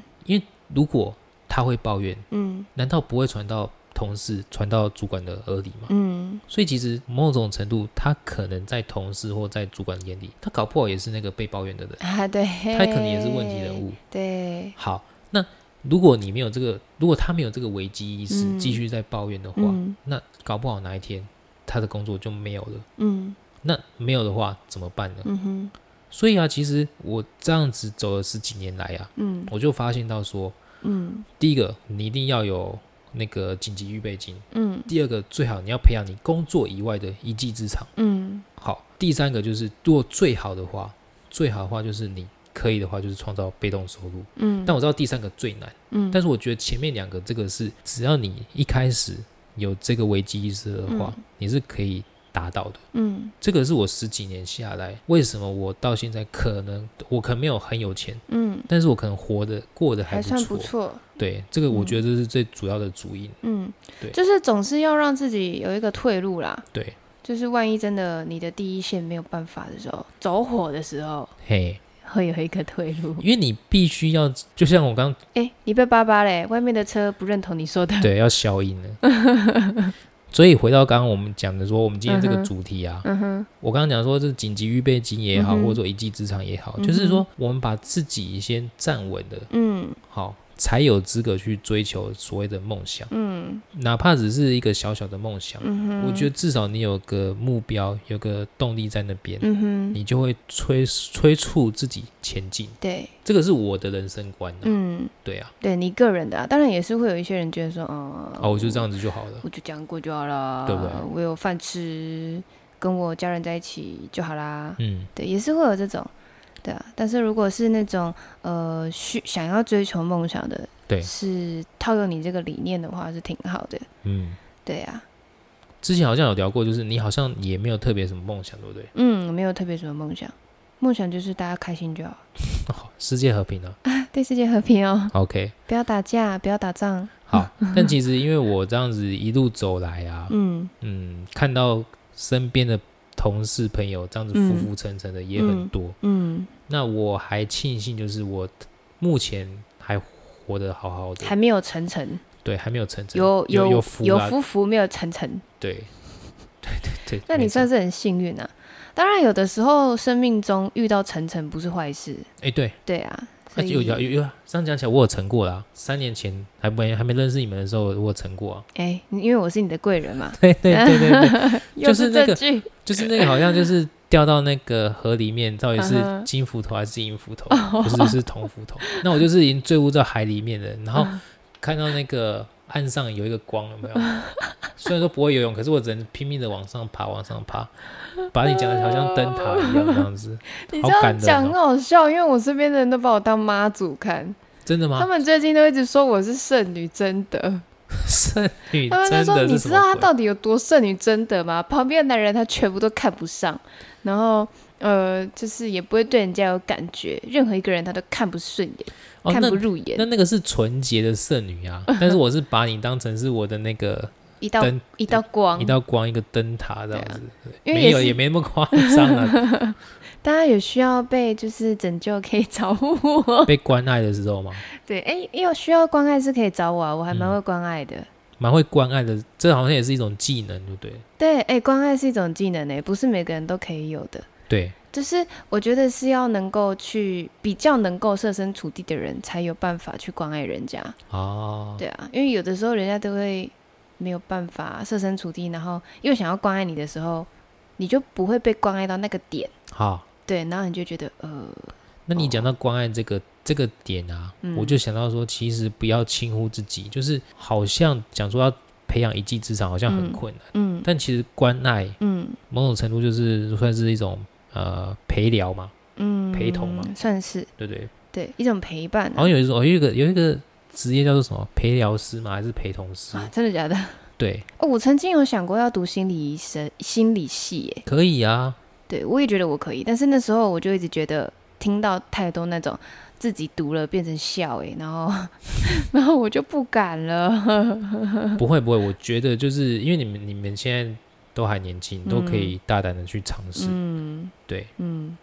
S1: 如果他会抱怨，
S2: 嗯
S1: 难道不会传到同事、传到主管的耳里吗？
S2: 嗯
S1: 所以其实某种程度，他可能在同事或在主管眼里，他搞不好也是那个被抱怨的人，
S2: 啊，对，
S1: 他可能也是问题人物。
S2: 对，
S1: 好，那如果你没有这个，如果他没有这个危机意识，
S2: 嗯
S1: 继续在抱怨的话，
S2: 嗯
S1: 那搞不好哪一天他的工作就没有了。
S2: 嗯
S1: 那没有的话怎么办呢？
S2: 嗯哼
S1: 所以啊，其实我这样子走了十几年来啊，
S2: 嗯
S1: 我就发现到说，
S2: 嗯
S1: 第一个你一定要有那个紧急预备金，
S2: 嗯
S1: 第二个最好你要培养你工作以外的一技之长。
S2: 嗯
S1: 好，第三个就是如果最好的话，最好的话就是你可以的话就是创造被动收入。
S2: 嗯，
S1: 但我知道第三个最难，
S2: 嗯，
S1: 但是我觉得前面两个这个是只要你一开始有这个危机意识的话，你是可以达到的。
S2: 嗯
S1: 这个是我十几年下来，为什么我到现在可能我可能没有很有钱，
S2: 嗯
S1: 但是我可能活得过得还
S2: 还
S1: 不
S2: 算不
S1: 错。
S2: 错，
S1: 对，这个我觉得这是最主要的主因。
S2: 嗯
S1: 对，
S2: 就是总是要让自己有一个退路啦。
S1: 对，
S2: 就是万一真的你的第一线没有办法的时候，走火的时候，
S1: 嘿，
S2: 会有一个退 路。
S1: 因为你必须要，就像我 刚
S2: 哎、你被叭叭嘞，外面的车不认同你说的。
S1: 对要消音了， 所以回到刚刚我们讲的说，我们今天这
S2: 嗯
S1: 个
S2: 哼
S1: 主题啊，
S2: 嗯哼，
S1: 我刚刚讲说，这紧急预备金也好，
S2: 嗯哼
S1: 或者说一技之长也好，
S2: 嗯哼
S1: 就是说我们把自己先站稳了，
S2: 嗯
S1: 好，才有资格去追求所谓的梦想，
S2: 嗯
S1: 哪怕只是一个小小的梦想，
S2: 嗯哼，
S1: 我觉得至少你有个目标，有个动力在那边，
S2: 嗯哼，
S1: 你就会催催促自己前进。
S2: 对，
S1: 这个是我的人生观、啊，
S2: 嗯，
S1: 对啊，
S2: 对你个人的、啊，当然也是会有一些人觉得说，哦、
S1: 啊，我就这样子就好了。
S2: 我就这样过就好了，
S1: 对不对
S2: 我有饭吃，跟我家人在一起就好啦。
S1: 嗯，
S2: 对，也是会有这种，对啊。但是如果是那种呃需想要追求梦想的，
S1: 对
S2: 是套用你这个理念的话，是挺好的。
S1: 嗯，
S2: 对啊，
S1: 之前好像有聊过，就是你好像也没有特别什么梦想，对不对？
S2: 嗯，没有特别什么梦想，梦想就是大家开心就好，
S1: 哦、世界和平啊
S2: 对世界和平 哦，
S1: ，OK，
S2: 不要打架，不要打仗。
S1: 好。但其实因为我这样子一路走来啊，
S2: 嗯
S1: 嗯，看到身边的同事朋友这样子浮浮沉沉的也很多，
S2: 嗯，
S1: 那我还庆幸就是我目前还活得好好的，
S2: 还没有成成，
S1: 对，还没有成真，
S2: 有
S1: 有
S2: 有
S1: 福
S2: 有
S1: 啦，
S2: 福福，没有成成。
S1: 对， 对对对。
S2: 那你
S1: 没错
S2: 算是很幸运啊。当然，有的时候生命中遇到晨晨不是坏事，
S1: 哎、对，
S2: 对啊。
S1: 哎
S2: 所
S1: 有
S2: 以，
S1: 有有，这样讲起来我有成过啦。三年前还没还没认识你们的时候，我有成过啊。
S2: 哎、你因为我是你的贵人嘛，
S1: 对对对对对，
S2: 又
S1: 就是那
S2: 这
S1: 个
S2: 句，
S1: 就是那个好像就是掉到那个河里面，到底
S2: 嗯
S1: 是
S2: 哼哦
S1: 金斧头还是银斧头，不是是铜斧 头。那我就是已经坠入到海里面了，然
S2: 嗯
S1: 后看到那个岸上有一个光，有没 有？虽然说不会游泳，可是我只能拼命的往上爬，往上爬，把你讲的好像灯塔一样这样子。
S2: 你
S1: 好
S2: 这样
S1: 感人
S2: 讲
S1: 哦
S2: 很好笑，因为我身边的人都把我当妈祖看，
S1: 真的
S2: 他
S1: 吗？
S2: 们最近都一直说我是剩女，真的。
S1: 剩女
S2: 他们
S1: 真
S2: 都说
S1: 的
S2: 你
S1: 是什
S2: 知道
S1: 么
S2: 她
S1: 鬼？
S2: 到底有多剩女，真的吗？旁边的男人她全部都看不上，然后呃，就是也不会对人家有感觉，任何一个人她都看不顺眼，
S1: 哦，
S2: 看
S1: 那
S2: 不入眼，
S1: 那那个是纯洁的剩女啊， 但是我是把你当成是我的那个
S2: 一道
S1: 灯，
S2: 一道光
S1: 一，道光，一个灯塔这样子，
S2: 啊因为
S1: 没有
S2: 也
S1: 也
S2: 是
S1: 没那么夸张 啊。
S2: 大家有需要被就是拯救可以找我。
S1: 被关爱的时候嘛，
S2: 对，哎、有需要关爱是可以找我啊，我还蛮
S1: 嗯
S2: 会关爱的。
S1: 蛮会关爱的，这好像也是一种技能，对不对？
S2: 对，哎、关爱是一种技能呢、不是每个人都可以有的。
S1: 对，
S2: 就是我觉得是要能够去比较能够设身处地的人，才有办法去关爱人家。
S1: 哦，
S2: 对啊，因为有的时候人家都会没有办法设身处地，然后又想要关爱你的时候，你就不会被关爱到那个点。
S1: 好，
S2: 对，然后你就觉得呃，
S1: 那你讲到关爱这个这个点啊，
S2: 嗯
S1: 我就想到说，其实不要轻忽自己，就是好像讲说要培养一技之长，好像很
S2: 嗯
S1: 困难，
S2: 嗯
S1: 但其实关爱
S2: 嗯
S1: 某种程度就是算是一种呃陪聊嘛，
S2: 嗯，
S1: 陪同嘛
S2: 算是
S1: 对不对？
S2: 对一种陪伴
S1: 好
S2: 啊、
S1: 像有一种有一个有一个职业叫做什么陪聊师嘛，还是陪同师？
S2: 啊真的假的？
S1: 对，
S2: 哦，我曾经有想过要读心理医生、心理系耶，
S1: 可以啊，
S2: 对我也觉得我可以，但是那时候我就一直觉得听到太多那种自己读了变成笑哎，然后 然后我就不敢 了。
S1: 不会不会，我觉得就是因为你们你们现在都还年轻，都可以大胆的去尝试，
S2: 嗯
S1: 对，
S2: 嗯，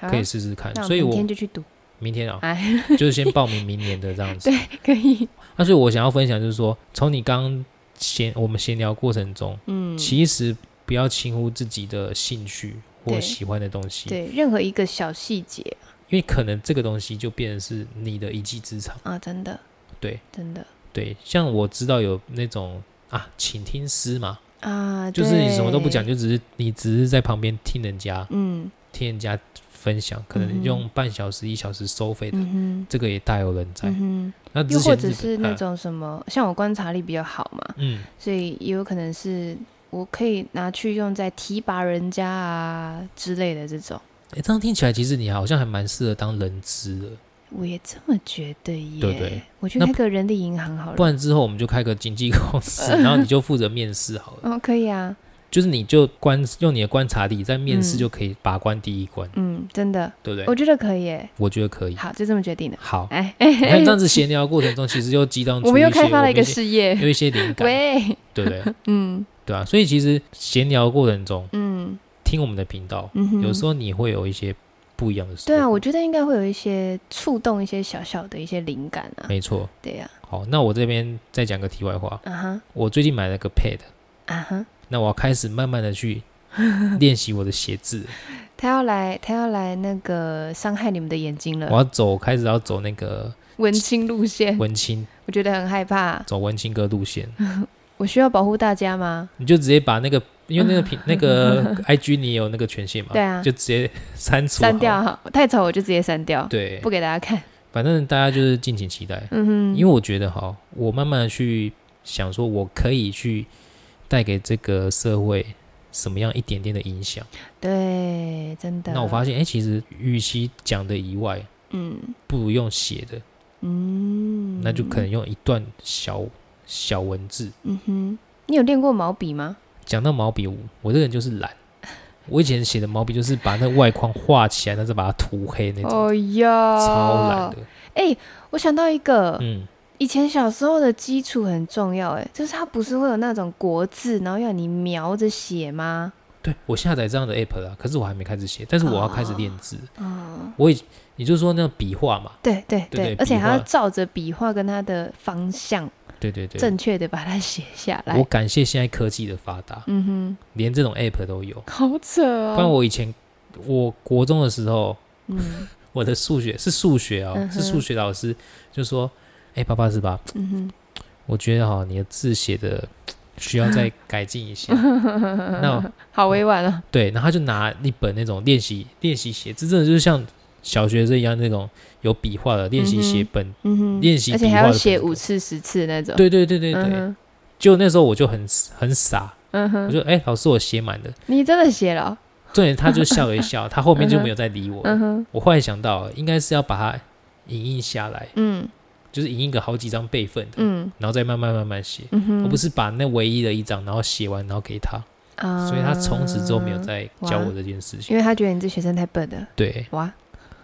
S2: 好啊
S1: 可以试试看。
S2: 那我
S1: 所以
S2: 明
S1: 我
S2: 天就去读，
S1: 明天啊，
S2: 哎，
S1: 就是先报名明年的这样子。
S2: 对，可以，
S1: 那所以我想要分享就是说，从你刚刚闲我们闲聊过程中，
S2: 嗯，
S1: 其实不要轻忽自己的兴趣或
S2: 对
S1: 喜欢的东西，
S2: 对，任何一个小细节
S1: 因为可能这个东西就变成是你的一技之长。
S2: 啊，真的，
S1: 对，
S2: 真的
S1: 对，像我知道有那种啊，倾听师嘛，
S2: 啊，
S1: 就是你什么都不
S2: 对
S1: 讲，，就只是你只是在旁边听人家
S2: 嗯
S1: 听人家分享，可
S2: 嗯
S1: 能
S2: 哼
S1: 用半小时一小时收费的，
S2: 嗯
S1: 这个也大有人
S2: 哼，
S1: 在。
S2: 嗯
S1: 那
S2: 哼，
S1: 之
S2: 又
S1: 前
S2: 或者
S1: 日本
S2: 是那
S1: 呃
S2: 种什么，像我观察力比较好嘛，
S1: 嗯，
S2: 所以也有可能是我可以拿去用在提拔人家啊之类的这种。
S1: 诶这样听起来其实你好像还蛮适合当人资的，
S2: 我也这么觉得耶，
S1: 对对
S2: 我去
S1: 那
S2: 开个人力银行好
S1: 不
S2: 了。
S1: 然之后我们就开个经纪公 司，然后你就负责面试好了，
S2: 哦，可以啊，
S1: 就是你就观用你的观察力在面试
S2: 嗯
S1: 就可以把关第一关，
S2: 嗯，真的，
S1: 对不
S2: 我
S1: 对？
S2: 觉得可以耶。
S1: 我觉得可以。
S2: 好，就这么决定了。
S1: 好，
S2: 哎，
S1: 你 看这样子闲聊的过程中，其实又激荡出
S2: 我们又
S1: 一些
S2: 开发了一个
S1: 们些
S2: 事业。
S1: 有一些灵 感，
S2: 喂，
S1: 对不对？
S2: 嗯
S1: 对啊，所以其实闲聊过程中
S2: 嗯
S1: 听我们的频道，
S2: 嗯哼，
S1: 有时候你会有一些不一样的收获。
S2: 对啊，我觉得应该会有一些触动，一些小小的一些灵感啊。
S1: 没错。
S2: 对呀、
S1: 好，那我这边再讲个题外话，
S2: 啊，啊哈，
S1: 我最近买了个 Pad，
S2: 啊哈，
S1: 那我要开始慢慢的 去练习我的写字，
S2: 他要来，他要来那个伤害你们的眼睛
S1: 我
S2: 了，
S1: 要走开始要走那个
S2: 文青路线，
S1: 文青，
S2: 我觉得很害怕。
S1: 走文青哥路线，
S2: 我需要保护大家吗？
S1: 你就直接把那个，因为那个平那个 IG 你也有那个权限嘛，
S2: 对啊
S1: 就直接删除
S2: 删掉
S1: 好，
S2: 哈， 太丑我就直接删掉，
S1: 对
S2: 不，给大家看。
S1: 反正大家就是敬请期待，
S2: 嗯哼，
S1: 因为我觉得哈，我慢慢的去想说，我可以去带给这个社会什么样一点点的影响。
S2: 对，啊真的。
S1: 那我发现，哎、其实与其讲的以外，
S2: 嗯
S1: 不如用写的，
S2: 嗯，
S1: 那就可能用一段小小文字。
S2: 嗯哼，你有练过毛笔吗？
S1: 讲到毛笔，我这个人就是懒。我以前写的毛笔就是把那个外框画起来，但是把它涂黑那种，
S2: 哦呀，
S1: 超懒的。
S2: 哎、我想到一个，
S1: 嗯，
S2: 以前小时候的基础很重要，哎，就是它不是会有那种国字，然后要你描着写吗？
S1: 对我下载这样的 app 啦，可是我还没开始写，但是我要开始练字。
S2: 哦，
S1: 我也，也就是说那笔画嘛，
S2: 对对
S1: 对对
S2: 而且
S1: 笔画
S2: 还要照着笔画跟它的方向，
S1: 对对对，
S2: 正确的把它写下
S1: 我
S2: 来。
S1: 感谢现在科技的发达，
S2: 嗯
S1: 连这种 app 都有。
S2: 哼，好扯
S1: 不然
S2: 哦。
S1: 我以前，我国中的时候，
S2: 嗯
S1: 我的数学是数学哦，
S2: 嗯哼
S1: 是数学老师就说：“哎、八八是吧？
S2: 嗯哼，
S1: 我觉得哈、你的字写的需要再改进一 下。那
S2: 好委婉哦。
S1: 对，然后他就拿一本那种练习练习写字，真的就是像小学生一样那种有笔画的练习写
S2: 嗯
S1: 本。
S2: 嗯哼，
S1: 练习
S2: 而且
S1: 笔
S2: 还
S1: 画
S2: 要
S1: 的
S2: 写
S1: 本子
S2: 五次十次那种。
S1: 对对对对对，
S2: 嗯哼，
S1: 就那时候我就很很傻，
S2: 嗯
S1: 我
S2: 哼，
S1: 就哎、老师我写满了，
S2: 你真的写了哦？
S1: 重点他就笑了一 笑，他后面就没有再理我了。
S2: 嗯哼，
S1: 我忽然想到，应该是要把它影印下来，
S2: 嗯
S1: 就是影印个好几张备份的，
S2: 嗯
S1: 然后再慢慢慢慢写，
S2: 嗯哼，
S1: 而不是把那唯一的一张然后写完然后给他，
S2: 啊，
S1: 所以他从此之后没有再教
S2: 哇
S1: 我这件事情。
S2: 因为他觉得你这学生太笨了。
S1: 对
S2: 哇，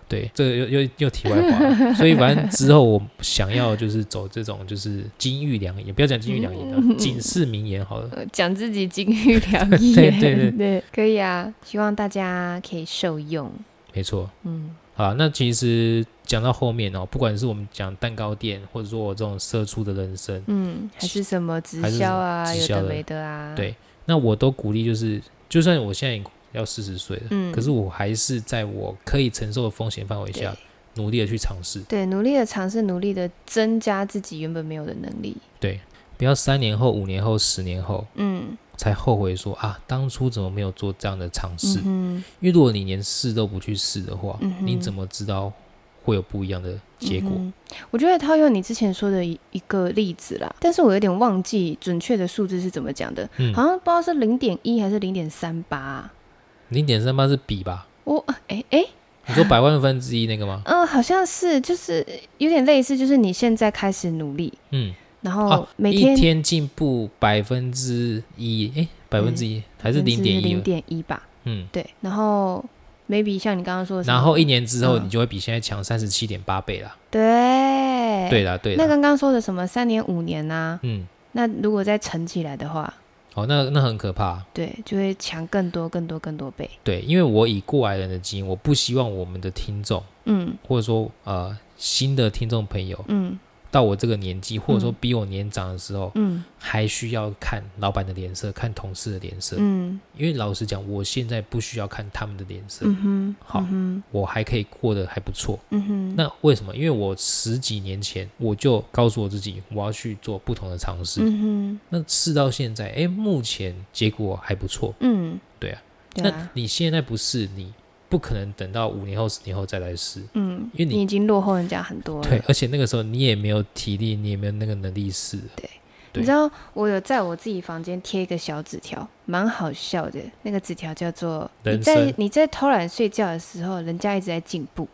S1: 对，这个又又又题外话 了，所以反正之后我想要就是走这种就是金玉良言，不要讲金玉良言 了，警示名言好了。
S2: 呃讲自己金玉良言，
S1: 对对对
S2: 可以啊，希望大家可以受用。
S1: 没错，
S2: 嗯
S1: 好，那其实讲到后面哦，不管是我们讲蛋糕店，或者说我这种社畜的人生，
S2: 嗯，还是什么直
S1: 还是
S2: 销啊，
S1: 直
S2: 有
S1: 销
S2: 的
S1: 的
S2: 没的啊，
S1: 对那我都鼓励，就是就算我现在已经要四十岁了，
S2: 嗯
S1: 可是我还是在我可以承受的风险范围下
S2: 对，
S1: 努力的去尝试。
S2: 对，努力的尝试，努力的增加自己原本没有的能力。
S1: 不要三年后、五年后、十年后
S2: 嗯
S1: 才后悔说啊，当初怎么没有做这样的尝试？
S2: 嗯
S1: 因为如果你连试都不去试的话，
S2: 嗯哼
S1: 你怎么知道会有不一样的
S2: 哼，
S1: 结果？
S2: 嗯哼我觉得套用你之前说的一一个例子啦，但是我有点忘记准确的数字是怎么讲的，
S1: 嗯
S2: 好像不知道是零点一还是零点三八。
S1: 零点三八是比吧？
S2: 我哎哎，
S1: 你说百万分之一那个吗？
S2: 嗯、好像是，就是有点类似，就是你现在开始努力，
S1: 嗯，
S2: 然后
S1: 啊
S2: 每
S1: 一
S2: 天
S1: 天进步百分之一，哎，百分之
S2: 嗯
S1: 一还是零点
S2: 零
S1: 一？啊
S2: 点一吧，
S1: 嗯，
S2: 对，然后 maybe 像你刚刚说的什么，
S1: 然后一年之后，
S2: 嗯
S1: 你就会比现在强三十七点八倍啦。
S2: 对
S1: 对啦，对
S2: 哎那
S1: 啦，
S2: 刚刚说的什么三年五年呐、
S1: 嗯，
S2: 那如果再乘起来的话，
S1: 哦，那那很可怕。
S2: 对，就会强更多更多更多倍，
S1: 对，因为我以过来人的经验，我不希望我们的听众，
S2: 嗯
S1: 或者说呃新的听众朋友，
S2: 嗯
S1: 到我这个年纪，或者说
S2: 嗯
S1: 比我年长的时候，
S2: 嗯
S1: 还需要看老板的脸色，看同事的脸色。
S2: 嗯
S1: 因为老实讲，我现在不需要看他们的脸色，
S2: 嗯哼，
S1: 好
S2: 嗯哼
S1: 我还可以过得还不错。
S2: 嗯哼，
S1: 那为什么？因为我十几年前我就告诉我自己，我要去做不同的尝试。
S2: 嗯哼
S1: 那试到现在，哎，目前结果还不错。
S2: 嗯，
S1: 对啊，
S2: 对
S1: 那
S2: 啊，
S1: 你现在不试，你不可能等到五年后、十年后再来试，
S2: 嗯，
S1: 因为
S2: 你
S1: 你
S2: 已经落后人家很多了，
S1: 对，而且那个时候你也没有体力，你也没有那个能力试。对
S2: 你知道我有在我自己房间贴一个小纸条，蛮好笑的。那个纸条叫做“你
S1: 人
S2: 在
S1: 生
S2: 你在偷懒睡觉的时候，人家一直在进步。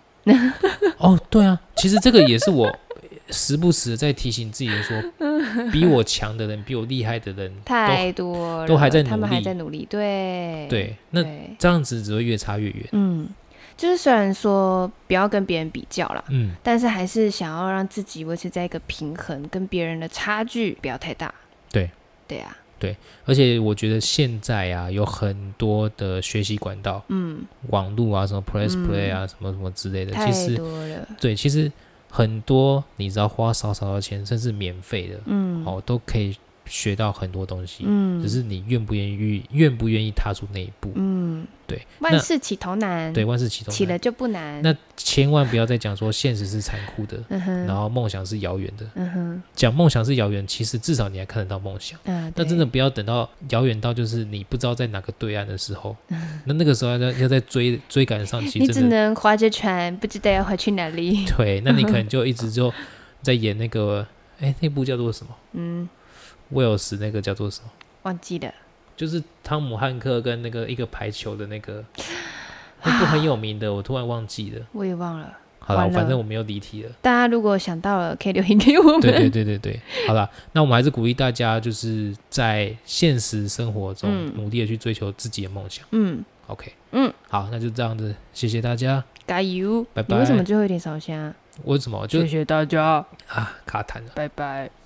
S1: 哦，对啊，其实这个也是我时不时在提醒自己 说，比我强的人，比我厉害的人”，
S2: 太多了，
S1: 都还在
S2: 他们
S1: 努
S2: 还
S1: 力
S2: 在努力。对
S1: 都对，那
S2: 对
S1: 这样子只会越差越远。
S2: 嗯，就是虽然说不要跟别人比较啦，
S1: 嗯，
S2: 但是还是想要让自己维持在一个平衡，跟别人的差距不要太大。
S1: 对，
S2: 对啊，
S1: 而且我觉得现在啊，有很多的学习管道，
S2: 嗯，
S1: 网络啊，什么 Press
S2: 嗯
S1: Play 啊，什么什么之类的，
S2: 太
S1: 其实
S2: 多了，
S1: 对，其实很多你只要花少少的钱，甚至免费的，
S2: 嗯，
S1: 哦，都可以学到很多东西。
S2: 嗯，
S1: 只是你愿不愿意，愿不愿意踏出那一步？
S2: 嗯，
S1: 对，
S2: 万
S1: 那
S2: 事起头难，
S1: 对，，万事起头
S2: 起了
S1: 难。
S2: 就不难，
S1: 那千万不要再讲说现实是残酷的，
S2: 嗯哼，
S1: 然后梦想是遥远的。
S2: 嗯哼，
S1: 讲梦想是遥远，其实至少你还看得到梦想。
S2: 嗯，
S1: 那
S2: 对
S1: 真的，不要等到遥远到就是你不知道在哪个对岸的时 候，那那个时候要要再追追赶上，其
S2: 你
S1: 实
S2: 只
S1: 真的
S2: 能划着船，不知道要划去哪里，
S1: 对，那你可能 就一直就在演那个，哎，那部叫做什么？
S2: 嗯，
S1: 威尔史那个叫做什么？
S2: 忘记了，
S1: 就是汤姆汉克跟那个一个排球的那 个，那部很有名的，我突然忘记了。
S2: 我也忘了。
S1: 好了，
S2: 完了
S1: 反正我们又离题了。
S2: 大家如果想到了，可以留言给我们。
S1: 对对对对 对，好了，那我们还是鼓励大家，就是在现实生活中
S2: 嗯
S1: 努力的去追求自己的梦想。
S2: 嗯，
S1: OK，
S2: 嗯，
S1: 好，那就这样子，谢谢大家。
S2: 加油！
S1: 拜拜
S2: 你为什么最后一点烧香啊？
S1: 为什么就
S2: 谢大家，
S1: 啊卡痰了？
S2: 拜拜。